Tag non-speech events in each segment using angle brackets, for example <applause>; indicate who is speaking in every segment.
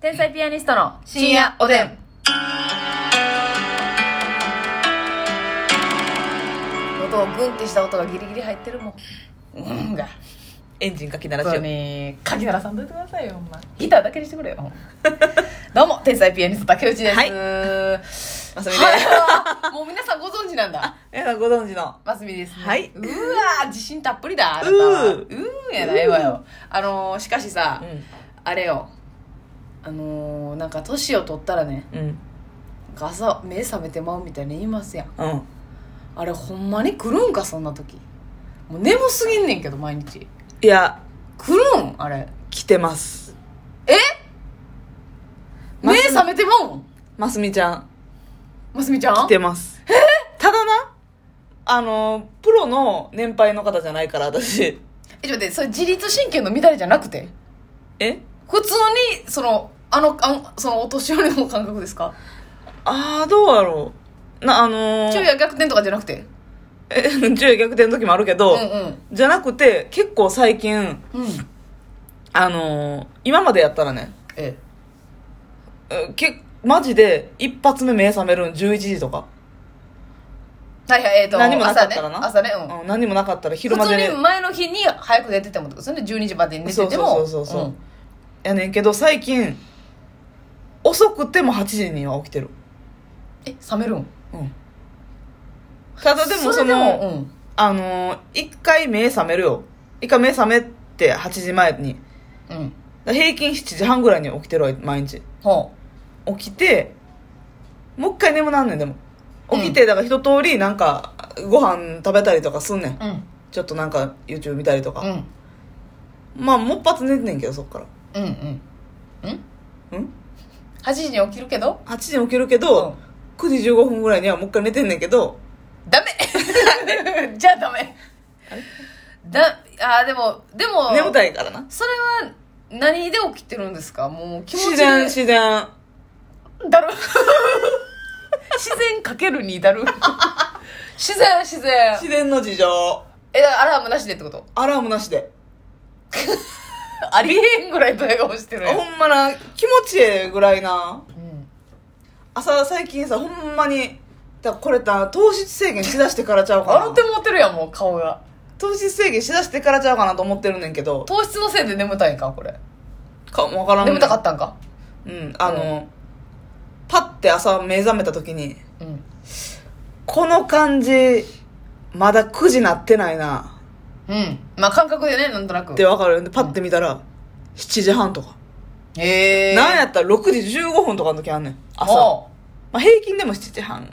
Speaker 1: 天才ピアニストの
Speaker 2: 深夜おでん。
Speaker 1: 音をグンってした音がギリギリ入ってるもん
Speaker 2: うんが。エンジンかき鳴らし
Speaker 1: 本当
Speaker 2: よう。
Speaker 1: に鍵鳴らさんといてくださいよほんまギターだけにしてくれよ <laughs> どうも天才ピアニスト竹内です、
Speaker 2: はい
Speaker 1: は
Speaker 2: マスミです。
Speaker 1: いもう皆さんご存知なんだ
Speaker 2: 皆さんご存知の。
Speaker 1: ますみですね、
Speaker 2: はいう
Speaker 1: わー自信たっぷりだあなた
Speaker 2: う
Speaker 1: は
Speaker 2: ー
Speaker 1: うーやないわよあのーしかしさ、
Speaker 2: う
Speaker 1: あれよあのーなんか年を取ったらね
Speaker 2: ん。うん。
Speaker 1: なんか朝目覚めてまうみたいに言いますやん
Speaker 2: うん。
Speaker 1: あれほんまに来るんかそんな時もう眠すぎんねんけど毎日
Speaker 2: いや、
Speaker 1: 来るんあれ
Speaker 2: 来てます。
Speaker 1: え
Speaker 2: マ
Speaker 1: 目
Speaker 2: スミ
Speaker 1: 覚めてまうん
Speaker 2: マスミちゃん、
Speaker 1: ますみちゃん
Speaker 2: 来てます。えただな、あの、プロの年配の方じゃないから、私。
Speaker 1: えちょっと待ってそれ自律神経の乱れじゃなくて
Speaker 2: え
Speaker 1: 普通にそのあのあんそのお年寄りの感覚ですか
Speaker 2: あー、どうやろう。な、あのー、 <laughs>
Speaker 1: 昼夜逆転とかじゃなくて
Speaker 2: え昼夜逆転の時もあるけ
Speaker 1: う
Speaker 2: ど、
Speaker 1: んうん
Speaker 2: じゃなくて、結構最近、
Speaker 1: うん
Speaker 2: あのー、今までやったらね、
Speaker 1: え
Speaker 2: えけマジで一発目目覚めるん11時とか、
Speaker 1: はいはいえっ、と
Speaker 2: 何もなかったらな
Speaker 1: 朝ね朝ねうん
Speaker 2: うん、何にもなかったら昼ま
Speaker 1: 普
Speaker 2: で
Speaker 1: 通
Speaker 2: ね
Speaker 1: に前の日に早く寝ててもってことですよね12時までに寝てても
Speaker 2: そうそうそうそうそうやねんけど最近遅くても8時には起きてる、
Speaker 1: え冷めるん
Speaker 2: うん、ただでもそ
Speaker 1: れで
Speaker 2: の
Speaker 1: もうん
Speaker 2: あのー一回目覚めるよ一回目覚めて8時前にだか
Speaker 1: うん
Speaker 2: ら平均7時半ぐらいに起きてるわ毎日
Speaker 1: ほ
Speaker 2: 起きてもう一回眠なんねんでも起きてだから一通りなんかご飯食べたりとかすんねん
Speaker 1: ううん
Speaker 2: ちょっとなんか YouTube 見たりとか、
Speaker 1: うん
Speaker 2: まあもっぱつ寝てんねんけどそっか
Speaker 1: うんうんうん
Speaker 2: らうん
Speaker 1: 8時に起きるけど
Speaker 2: 8時に起きるけど、9時15分ぐらいにはもう一回寝てんねんけど
Speaker 1: ダメ <laughs> じゃあダメだあーでもでも
Speaker 2: 眠たいからな
Speaker 1: それは何で起きてるんですかもう気持ち
Speaker 2: 自
Speaker 1: で
Speaker 2: 然自然
Speaker 1: だる <laughs> 自然かけるに
Speaker 2: <laughs>
Speaker 1: だる自然自然
Speaker 2: 自然の事情
Speaker 1: えアラームなしでってこと
Speaker 2: アラームなしで
Speaker 1: ありえんぐらいドヤ顔してるやん、
Speaker 2: ほんまな気持ちええぐらいな
Speaker 1: うん
Speaker 2: 朝最近さほんまにだからこれな糖質制限しだしてからちゃうか
Speaker 1: 笑っ
Speaker 2: な
Speaker 1: てもうてるやんもう顔が
Speaker 2: 糖質制限しだしてからちゃうかなと思ってるねんけど
Speaker 1: 糖質のせいで眠たいんかこれ
Speaker 2: かわからん
Speaker 1: 眠たかったんか
Speaker 2: うんあの、パッて朝目覚めた時に
Speaker 1: うん
Speaker 2: この感じまだ9時なってないな
Speaker 1: うんまあ感覚でねなんとなく
Speaker 2: ってわかるんでパッて見たら、7時半とか
Speaker 1: へえ
Speaker 2: なんやったら6時15分とかの時あんねん朝、
Speaker 1: 朝
Speaker 2: まあ、平均でも7時半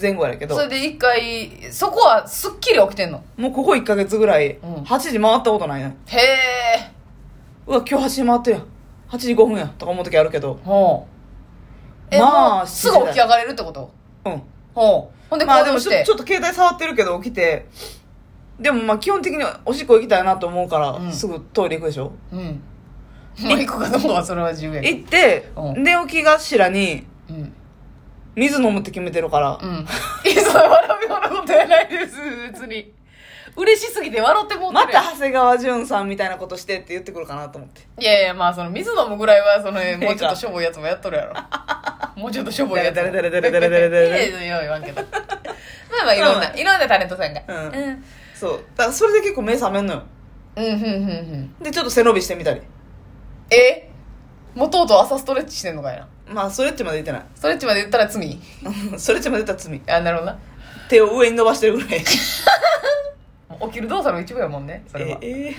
Speaker 2: 前後やけど
Speaker 1: それで一回そこはすっきり起きてんの
Speaker 2: もうここ1ヶ月ぐらい
Speaker 1: うん
Speaker 2: 8時回ったことないねん
Speaker 1: へえ
Speaker 2: うわ今日8時回ってるやん8時5分やんとか思う時あるけど
Speaker 1: ほうえ、
Speaker 2: まあ
Speaker 1: もうすぐ起き上がれるってこと
Speaker 2: うん
Speaker 1: ほうほんで
Speaker 2: まあ
Speaker 1: 行
Speaker 2: でも
Speaker 1: 動
Speaker 2: ち
Speaker 1: し
Speaker 2: ょ
Speaker 1: て、
Speaker 2: ちょっと携帯触ってるけど起きてでもまあ基本的におしっこ行きたいなと思うから、
Speaker 1: うん
Speaker 2: すぐトイレ行くでしょ
Speaker 1: うんまあ行くかどうかはそれは自由やけ
Speaker 2: 行って、
Speaker 1: うん
Speaker 2: 寝起き頭に
Speaker 1: どうん
Speaker 2: 水飲むって決めてるから、
Speaker 1: うんいやそれ笑うようなことやないです別に嬉しすぎて笑ってもうて
Speaker 2: ま
Speaker 1: るや
Speaker 2: た
Speaker 1: ん
Speaker 2: 長谷川潤さんみたいなことしてって言ってくるかなと思って
Speaker 1: いやいやまあその水飲むぐらいはその
Speaker 2: か
Speaker 1: もうちょっとしょぼいやつもやっとるやろもうちょっとしょぼいやつも
Speaker 2: 誰誰誰誰誰誰誰
Speaker 1: いやいや言わんけどまあまあいろんな、
Speaker 2: う
Speaker 1: いろんなタレントさんが
Speaker 2: うん
Speaker 1: うん
Speaker 2: そうだからそれで結構目覚めんのよ
Speaker 1: うんうんうんうん
Speaker 2: でちょっと背伸びしてみたり
Speaker 1: えもとうとう朝ストレッチしてんのかいな
Speaker 2: まあストレッチまで言ってない
Speaker 1: ストレッチまで言ったら罪
Speaker 2: <laughs> うんストレッチまで言ったら罪
Speaker 1: あなるほどな
Speaker 2: 手を上に伸ばしてるぐ
Speaker 1: <laughs>
Speaker 2: らい
Speaker 1: 起きる動作の一部やもんねそれは
Speaker 2: ええ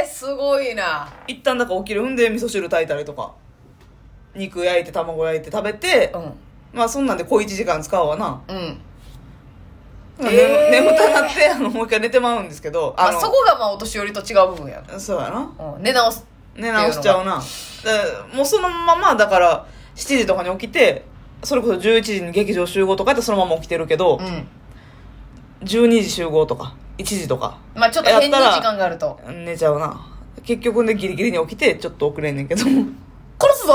Speaker 1: えー、すごいな
Speaker 2: 一旦だから起きるんで味噌汁炊いたりとか肉焼いて卵焼いて食べて
Speaker 1: う、ん
Speaker 2: まあそんなんで小1時間使うわな、
Speaker 1: うん
Speaker 2: 眠
Speaker 1: えー
Speaker 2: 眠たなってあのもう一回寝てまうんですけど
Speaker 1: あ
Speaker 2: の
Speaker 1: そこがまあお年寄りと違う部分や
Speaker 2: そうやな
Speaker 1: な、うん、寝直す
Speaker 2: 寝直しちゃうなでもうそのままだから7時とかに起きてそれこそ11時に劇場集合とかやってそのまま起きてるけど、
Speaker 1: うん
Speaker 2: 12時集合とか1時とか
Speaker 1: まあちょっと変に時間があると
Speaker 2: 寝ちゃうな結局ねギリギリに起きてちょっと遅れんねんけど7時に
Speaker 1: 殺
Speaker 2: <laughs>
Speaker 1: すぞ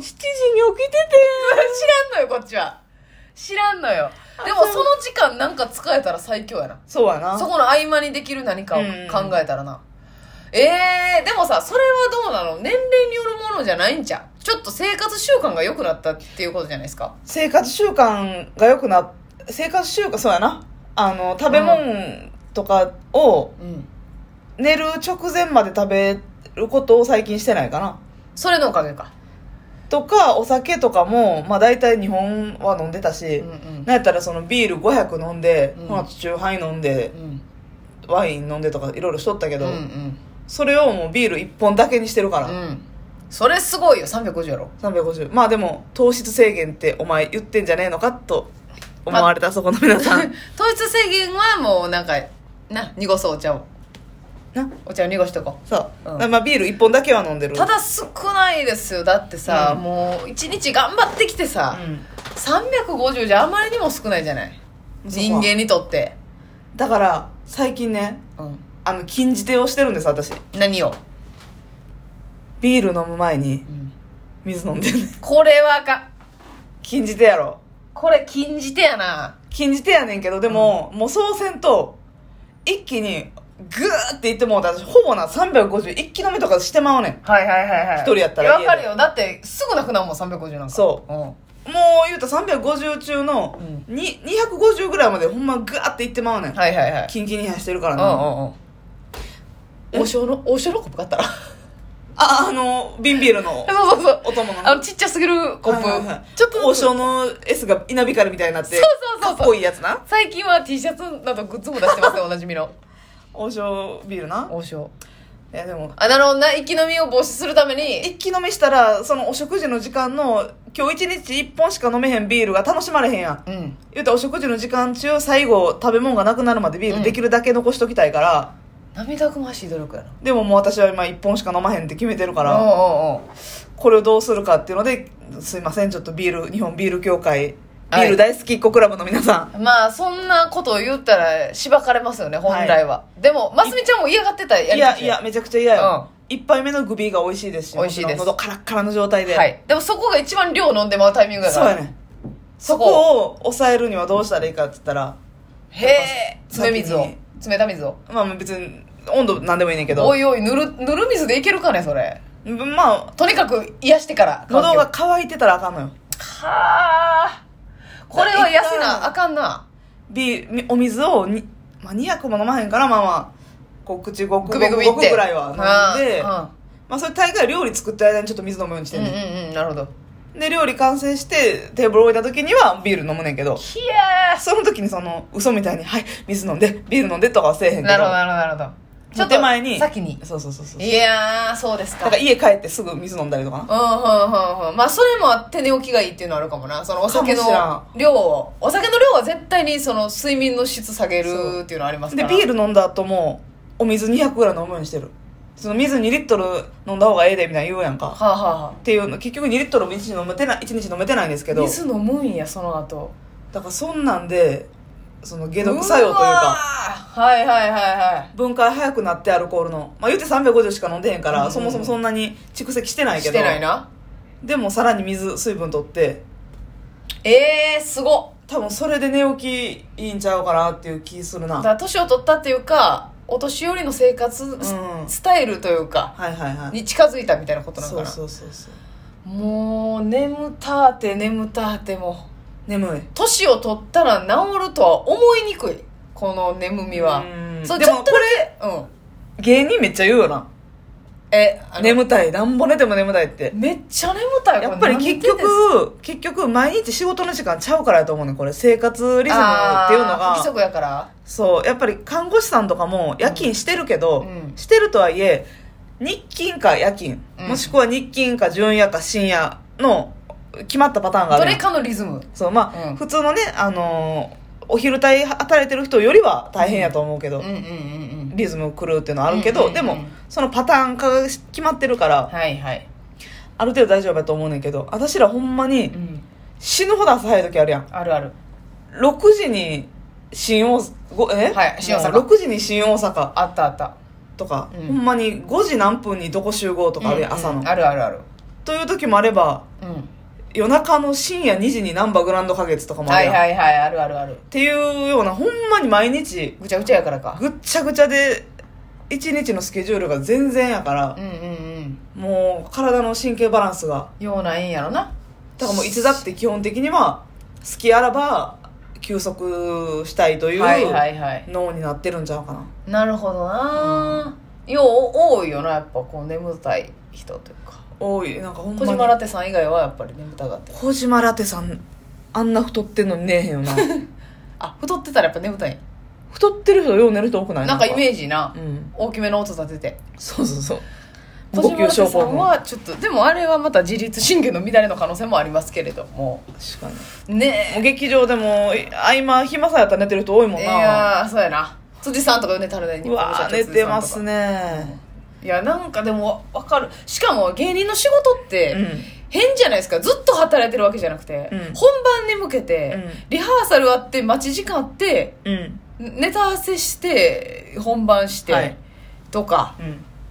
Speaker 2: 起きてて
Speaker 1: <laughs> 知らんのよこっちは知らんのよでもその時間なんか使えたら最強やな
Speaker 2: そうやな
Speaker 1: そこの合間にできる何かを考えたらな、えー、でもさそれはどうなの年齢によるものじゃないんじゃうちょっと生活習慣が良くなったっていうことじゃないですか
Speaker 2: 生活習慣が良くな生活習慣そうやなあの食べ物とかを
Speaker 1: うん
Speaker 2: 寝る直前まで食べることを最近してないかな
Speaker 1: それのおかげか
Speaker 2: とかお酒とかも、まあ、大体日本は飲んでたし、
Speaker 1: うんうん
Speaker 2: なんやったらそのビール500飲んで、
Speaker 1: うん
Speaker 2: まあチューハイ飲んで
Speaker 1: うん
Speaker 2: ワイン飲んでとかいろいろしとったけ
Speaker 1: うんう
Speaker 2: ど、
Speaker 1: ん
Speaker 2: それをもうビール1本だけにしてるから、
Speaker 1: うんそれすごいよ350やろ
Speaker 2: 350まあでも糖質制限ってお前言ってんじゃねえのかと思われたそこの皆さん
Speaker 1: <laughs> 糖質制限はもうなんかな濁そうお茶を
Speaker 2: な
Speaker 1: お茶を濁しとこう
Speaker 2: そう、
Speaker 1: うん
Speaker 2: まあビール1本だけは飲んでる
Speaker 1: ただ少ないですよだってさ、
Speaker 2: うん
Speaker 1: もう一日頑張ってきてさ、350じゃあまりにも少ないじゃない
Speaker 2: そこ
Speaker 1: 人
Speaker 2: は
Speaker 1: 間にとって、
Speaker 2: だから最近ね
Speaker 1: うん、
Speaker 2: あの禁じ手をしてるんです私
Speaker 1: 何を、
Speaker 2: ビール飲む前に水飲んでるね <laughs>
Speaker 1: これはあかん
Speaker 2: 禁じ手やろ
Speaker 1: これ禁じ手やな
Speaker 2: 禁じ手やねんけどでも、もうそうせんと一気にグーっていってもう私ほぼな350一気飲みとかしてまうねん
Speaker 1: はいはいはいはい
Speaker 2: 一人やったら家で
Speaker 1: 分かるよだってすぐなくなるもん350なんか、
Speaker 2: そう
Speaker 1: ん、
Speaker 2: もう言うたら350中の、
Speaker 1: う
Speaker 2: に250ぐらいまでほんまグーっていってまうねん、
Speaker 1: はいはいはい
Speaker 2: キンキンに冷やしてるから
Speaker 1: うん
Speaker 2: な、あ
Speaker 1: うんうん王将の王将のコップ買った <laughs> ら
Speaker 2: あの瓶ビー
Speaker 1: <laughs>
Speaker 2: ルの
Speaker 1: そうそうそう
Speaker 2: お供の
Speaker 1: あのちっちゃすぎるコップ、
Speaker 2: はいはいはい
Speaker 1: ちょっとずつ
Speaker 2: 王将の S が稲光みたいになって
Speaker 1: そうそうそうそう
Speaker 2: かっこいいやつな
Speaker 1: 最近は T シャツなどグッズも出してますよおなじみの
Speaker 2: 王将ビールな
Speaker 1: 王将
Speaker 2: いやでも
Speaker 1: あなるほどな生き飲みを防止するために
Speaker 2: 一気飲みしたらそのお食事の時間の今日一日一本しか飲めへんビールが楽しまれへんやん
Speaker 1: うん
Speaker 2: 言うたらお食事の時間中最後食べ物がなくなるまでビー
Speaker 1: うん
Speaker 2: ルできるだけ残しときたいから、
Speaker 1: 涙ぐましい努力やな
Speaker 2: でももう私は今一本しか飲まへんって決めてるから、
Speaker 1: おうおうおう
Speaker 2: これをどうするかっていうのですいませんちょっとビール日本ビール協会ビ
Speaker 1: はい
Speaker 2: ール大好きっ子クラブの皆さん
Speaker 1: まあそんなことを言ったらしばかれますよね本来は、でもますみちゃんも嫌がってたや
Speaker 2: い
Speaker 1: り方
Speaker 2: やいやめちゃくちゃ嫌よ、一杯目のグビーが美味しいですし
Speaker 1: 美味しいです
Speaker 2: 喉カラッカラの状態で、
Speaker 1: はいでもそこが一番量飲んでまうタイミングだか
Speaker 2: そう
Speaker 1: ら
Speaker 2: やね
Speaker 1: そ
Speaker 2: そ
Speaker 1: こ
Speaker 2: こを抑えるにはどうしたらいいかって言ったら
Speaker 1: へえ冷水を
Speaker 2: 先
Speaker 1: 冷た水を
Speaker 2: まあ別に温度なんでもいいねんけど
Speaker 1: おいおいぬるぬる水でいけるかねそれ
Speaker 2: まあ
Speaker 1: とにかく癒してから
Speaker 2: 喉が乾いてたらあかんのよ
Speaker 1: はあこれは痩せなあかんな
Speaker 2: ビールお水をに、まあ、200も飲まへんからまあまあこう口ごく
Speaker 1: グビグビって
Speaker 2: ぐらいは飲んで、
Speaker 1: あ
Speaker 2: まあ、それ大概料理作ってる間にちょっと水飲むようにし
Speaker 1: うん
Speaker 2: てん
Speaker 1: うん
Speaker 2: ねん、
Speaker 1: うんうんなるほど
Speaker 2: で料理完成してテーブル置いた時にはビール飲むねんけど
Speaker 1: ひや
Speaker 2: その時にその嘘みたいに「はい水飲んでビール飲んで」とかはせえへ
Speaker 1: ー
Speaker 2: んけど
Speaker 1: なるほどなるほどなるほど
Speaker 2: 手前に
Speaker 1: 先に
Speaker 2: そうそうそうそう
Speaker 1: いやーそうです
Speaker 2: だ
Speaker 1: か
Speaker 2: から家帰ってすぐ水飲んだりとかな
Speaker 1: うんうんうんうんまあそれもあって寝起きがいいっていうのはあるかもなそのお酒の
Speaker 2: かもしらん
Speaker 1: 量をお酒の量は絶対にその睡眠の質下げるっていうのはありますか
Speaker 2: で
Speaker 1: ら
Speaker 2: ビール飲んだ後もお水200ぐらい飲むようにしてるその水2リットル飲んだ方がええでみたいな言うやんか
Speaker 1: はあ、はあはあ
Speaker 2: っていうの結局2リットルも1日飲めてない1日飲めてないんですけど
Speaker 1: 水飲むんやその後
Speaker 2: だからそんなんでその解毒作用というか
Speaker 1: うわーはいはいはいはい
Speaker 2: 分解早くなってアルコールのまあ言うて350しか飲んでへんから、
Speaker 1: うんうん
Speaker 2: そもそもそんなに蓄積してないけ
Speaker 1: し
Speaker 2: ど
Speaker 1: てないな
Speaker 2: でもさらに水水分取って
Speaker 1: えー、すごっ
Speaker 2: 多分それで寝起きいいんちゃうかなっていう気する
Speaker 1: だ
Speaker 2: な
Speaker 1: か
Speaker 2: はい
Speaker 1: ら年を取ったっていうかお年寄りの生活、
Speaker 2: ん
Speaker 1: スタイルというか
Speaker 2: はいはい
Speaker 1: に近づいたみたいなことなの
Speaker 2: そ
Speaker 1: か
Speaker 2: う
Speaker 1: な
Speaker 2: そうそうそう
Speaker 1: もう眠たーて眠たーてもう
Speaker 2: 眠い
Speaker 1: 年を取ったら治るとは思いにくいこの眠みは
Speaker 2: うん
Speaker 1: そう
Speaker 2: で
Speaker 1: ちょ
Speaker 2: も
Speaker 1: っとだけうん
Speaker 2: 芸人めっちゃ言うよな
Speaker 1: えあの
Speaker 2: 眠たいなんぼ寝ても眠たいって
Speaker 1: めっちゃ眠たい
Speaker 2: やっぱり結局結局毎日仕事の時間ちゃうからやと思うねんこれ生活リズムっていう
Speaker 1: 不
Speaker 2: の
Speaker 1: 規
Speaker 2: が
Speaker 1: 則やから
Speaker 2: そうやっぱり看護師さんとかも夜勤してるけど、
Speaker 1: うん
Speaker 2: してるとはいえ日勤か夜勤、
Speaker 1: うん
Speaker 2: もしくは日勤か純夜か深夜の決まったパターンがある
Speaker 1: ど
Speaker 2: やん
Speaker 1: れかのリズム
Speaker 2: そうまあ、
Speaker 1: うん
Speaker 2: 普通のね、あのーお昼帯働いてる人よりは大変やと思うけど、
Speaker 1: うんうんうんうん
Speaker 2: リズム狂うっていうのはあるけど、
Speaker 1: うんうんうん
Speaker 2: でもそのパターン化が決まってるから
Speaker 1: はいはい、
Speaker 2: ある程度大丈夫やと思うねんけど私らほんまに
Speaker 1: うん、
Speaker 2: 死ぬほど朝早い時あるやん
Speaker 1: あるある
Speaker 2: 6時に新大ごえ、
Speaker 1: はい新大阪
Speaker 2: もう6時に新大阪
Speaker 1: あったあった
Speaker 2: とか、
Speaker 1: うん
Speaker 2: ほんまに5時何分にどこ集合とかあるやん、
Speaker 1: うんうん
Speaker 2: 朝の
Speaker 1: あるあるある
Speaker 2: という時もあれば
Speaker 1: うん
Speaker 2: 夜中の深夜2時にナンバーグランド花月とかもあ
Speaker 1: はい
Speaker 2: るやん、っ
Speaker 1: はいはいあるあるある
Speaker 2: ていうようなほんまに毎日
Speaker 1: ぐちゃぐちゃやからか
Speaker 2: ぐっちゃぐちゃで一日のスケジュールが全然やから
Speaker 1: う、んうんうん
Speaker 2: もう体の神経バランスが
Speaker 1: ようないんやろな
Speaker 2: だからもういつだって基本的には好きあらば休息したいという
Speaker 1: はいはいはい
Speaker 2: 脳になってるんちゃうかな、
Speaker 1: なるほどな、よう多いよなやっぱこう眠たい人というか
Speaker 2: 多いなんかほんま
Speaker 1: 小
Speaker 2: に
Speaker 1: 島ラテさん以外はやっぱり眠たがってる
Speaker 2: 小島ラテさんあんな太ってんのに寝えへんよな <laughs>
Speaker 1: あ太ってたらやっぱ眠たいん
Speaker 2: 太ってる人よう寝る人多くない
Speaker 1: なんかイメ
Speaker 2: ー
Speaker 1: ージな、
Speaker 2: うん
Speaker 1: 大きめの音立てて
Speaker 2: そうそうそう
Speaker 1: 小
Speaker 2: 呼
Speaker 1: 島ラ
Speaker 2: 吸
Speaker 1: テ
Speaker 2: 症
Speaker 1: さ
Speaker 2: 候
Speaker 1: ん
Speaker 2: 群
Speaker 1: はちょっとでもあれはまた自律神経の乱れの可能性もありますけれども
Speaker 2: 確かに
Speaker 1: ね
Speaker 2: もう劇場でも合間暇さやったら寝てる人多いも
Speaker 1: え
Speaker 2: ん
Speaker 1: い
Speaker 2: な
Speaker 1: やーそうやな辻さんとか寝たらね
Speaker 2: うわー寝てますね
Speaker 1: いやなんかでもわかるしかも芸人の仕事って、
Speaker 2: うん
Speaker 1: 変じゃないですかずっと働いてるわけじゃなくて、
Speaker 2: うん
Speaker 1: 本番に向けて、
Speaker 2: うん
Speaker 1: リハーサルあって待ち時間あって
Speaker 2: うん
Speaker 1: ネタ合わせして本番して、
Speaker 2: はい
Speaker 1: とか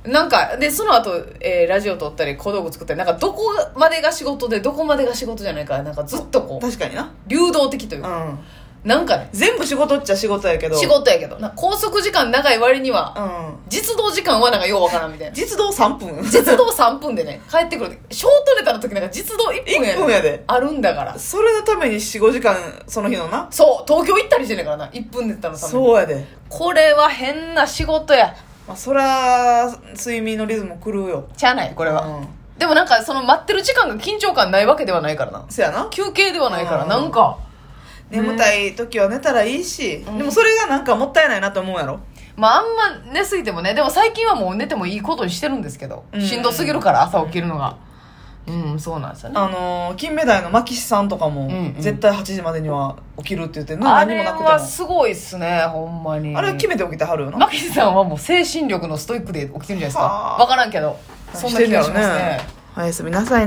Speaker 2: うん
Speaker 1: なんかでその後、えーラジオ撮ったり小道具作ったりなんかどこまでが仕事でどこまでが仕事じゃないからなんかずっとこう
Speaker 2: 確かにな
Speaker 1: 流動的という
Speaker 2: う
Speaker 1: か、
Speaker 2: ん
Speaker 1: なんかね
Speaker 2: 全部仕事っちゃ仕事やけど
Speaker 1: 仕事やけどなんか拘束時間長い割には、
Speaker 2: うん
Speaker 1: 実動時間はなんかようわからんみ
Speaker 2: <laughs>
Speaker 1: たいな
Speaker 2: 実動3分
Speaker 1: 実動3分でね帰ってくるショートネタの時なんか実動1分や
Speaker 2: 1
Speaker 1: ね
Speaker 2: 分やで
Speaker 1: あるんだから
Speaker 2: それのために45時間その日のな
Speaker 1: そう東京行ったりしてんねんからな1分でったのために
Speaker 2: そうやで、
Speaker 1: これは変な仕事や
Speaker 2: まあ、そら睡眠のリズム狂うよ
Speaker 1: ちゃあないこれは、
Speaker 2: う、
Speaker 1: でもなんかその待ってる時間が緊張感ないわけではないからなん
Speaker 2: そやな
Speaker 1: 休憩ではないから
Speaker 2: うん
Speaker 1: なんか
Speaker 2: 眠たい時は寝たらいいし、
Speaker 1: うん
Speaker 2: でもそれがなんかもったいないなと思うやろ
Speaker 1: まああんま寝すぎてもねでも最近はもう寝てもいいことにしてるんですけど、
Speaker 2: うん
Speaker 1: しんどすぎるから朝起きるのがうん、そうなんですよね
Speaker 2: あのー金目鯛の牧師さんとかも、
Speaker 1: んうん
Speaker 2: 絶対8時までには起きるって言ってんな
Speaker 1: あ
Speaker 2: 何も
Speaker 1: れ
Speaker 2: なくて
Speaker 1: は
Speaker 2: も
Speaker 1: すごいっすねほんまに
Speaker 2: あれ決めて起きてはるよな
Speaker 1: マキシさんはもう精神力のストイックで起きてるんじゃないですか
Speaker 2: はあ
Speaker 1: わからんけどそんな気がしますね
Speaker 2: おやすみなさいね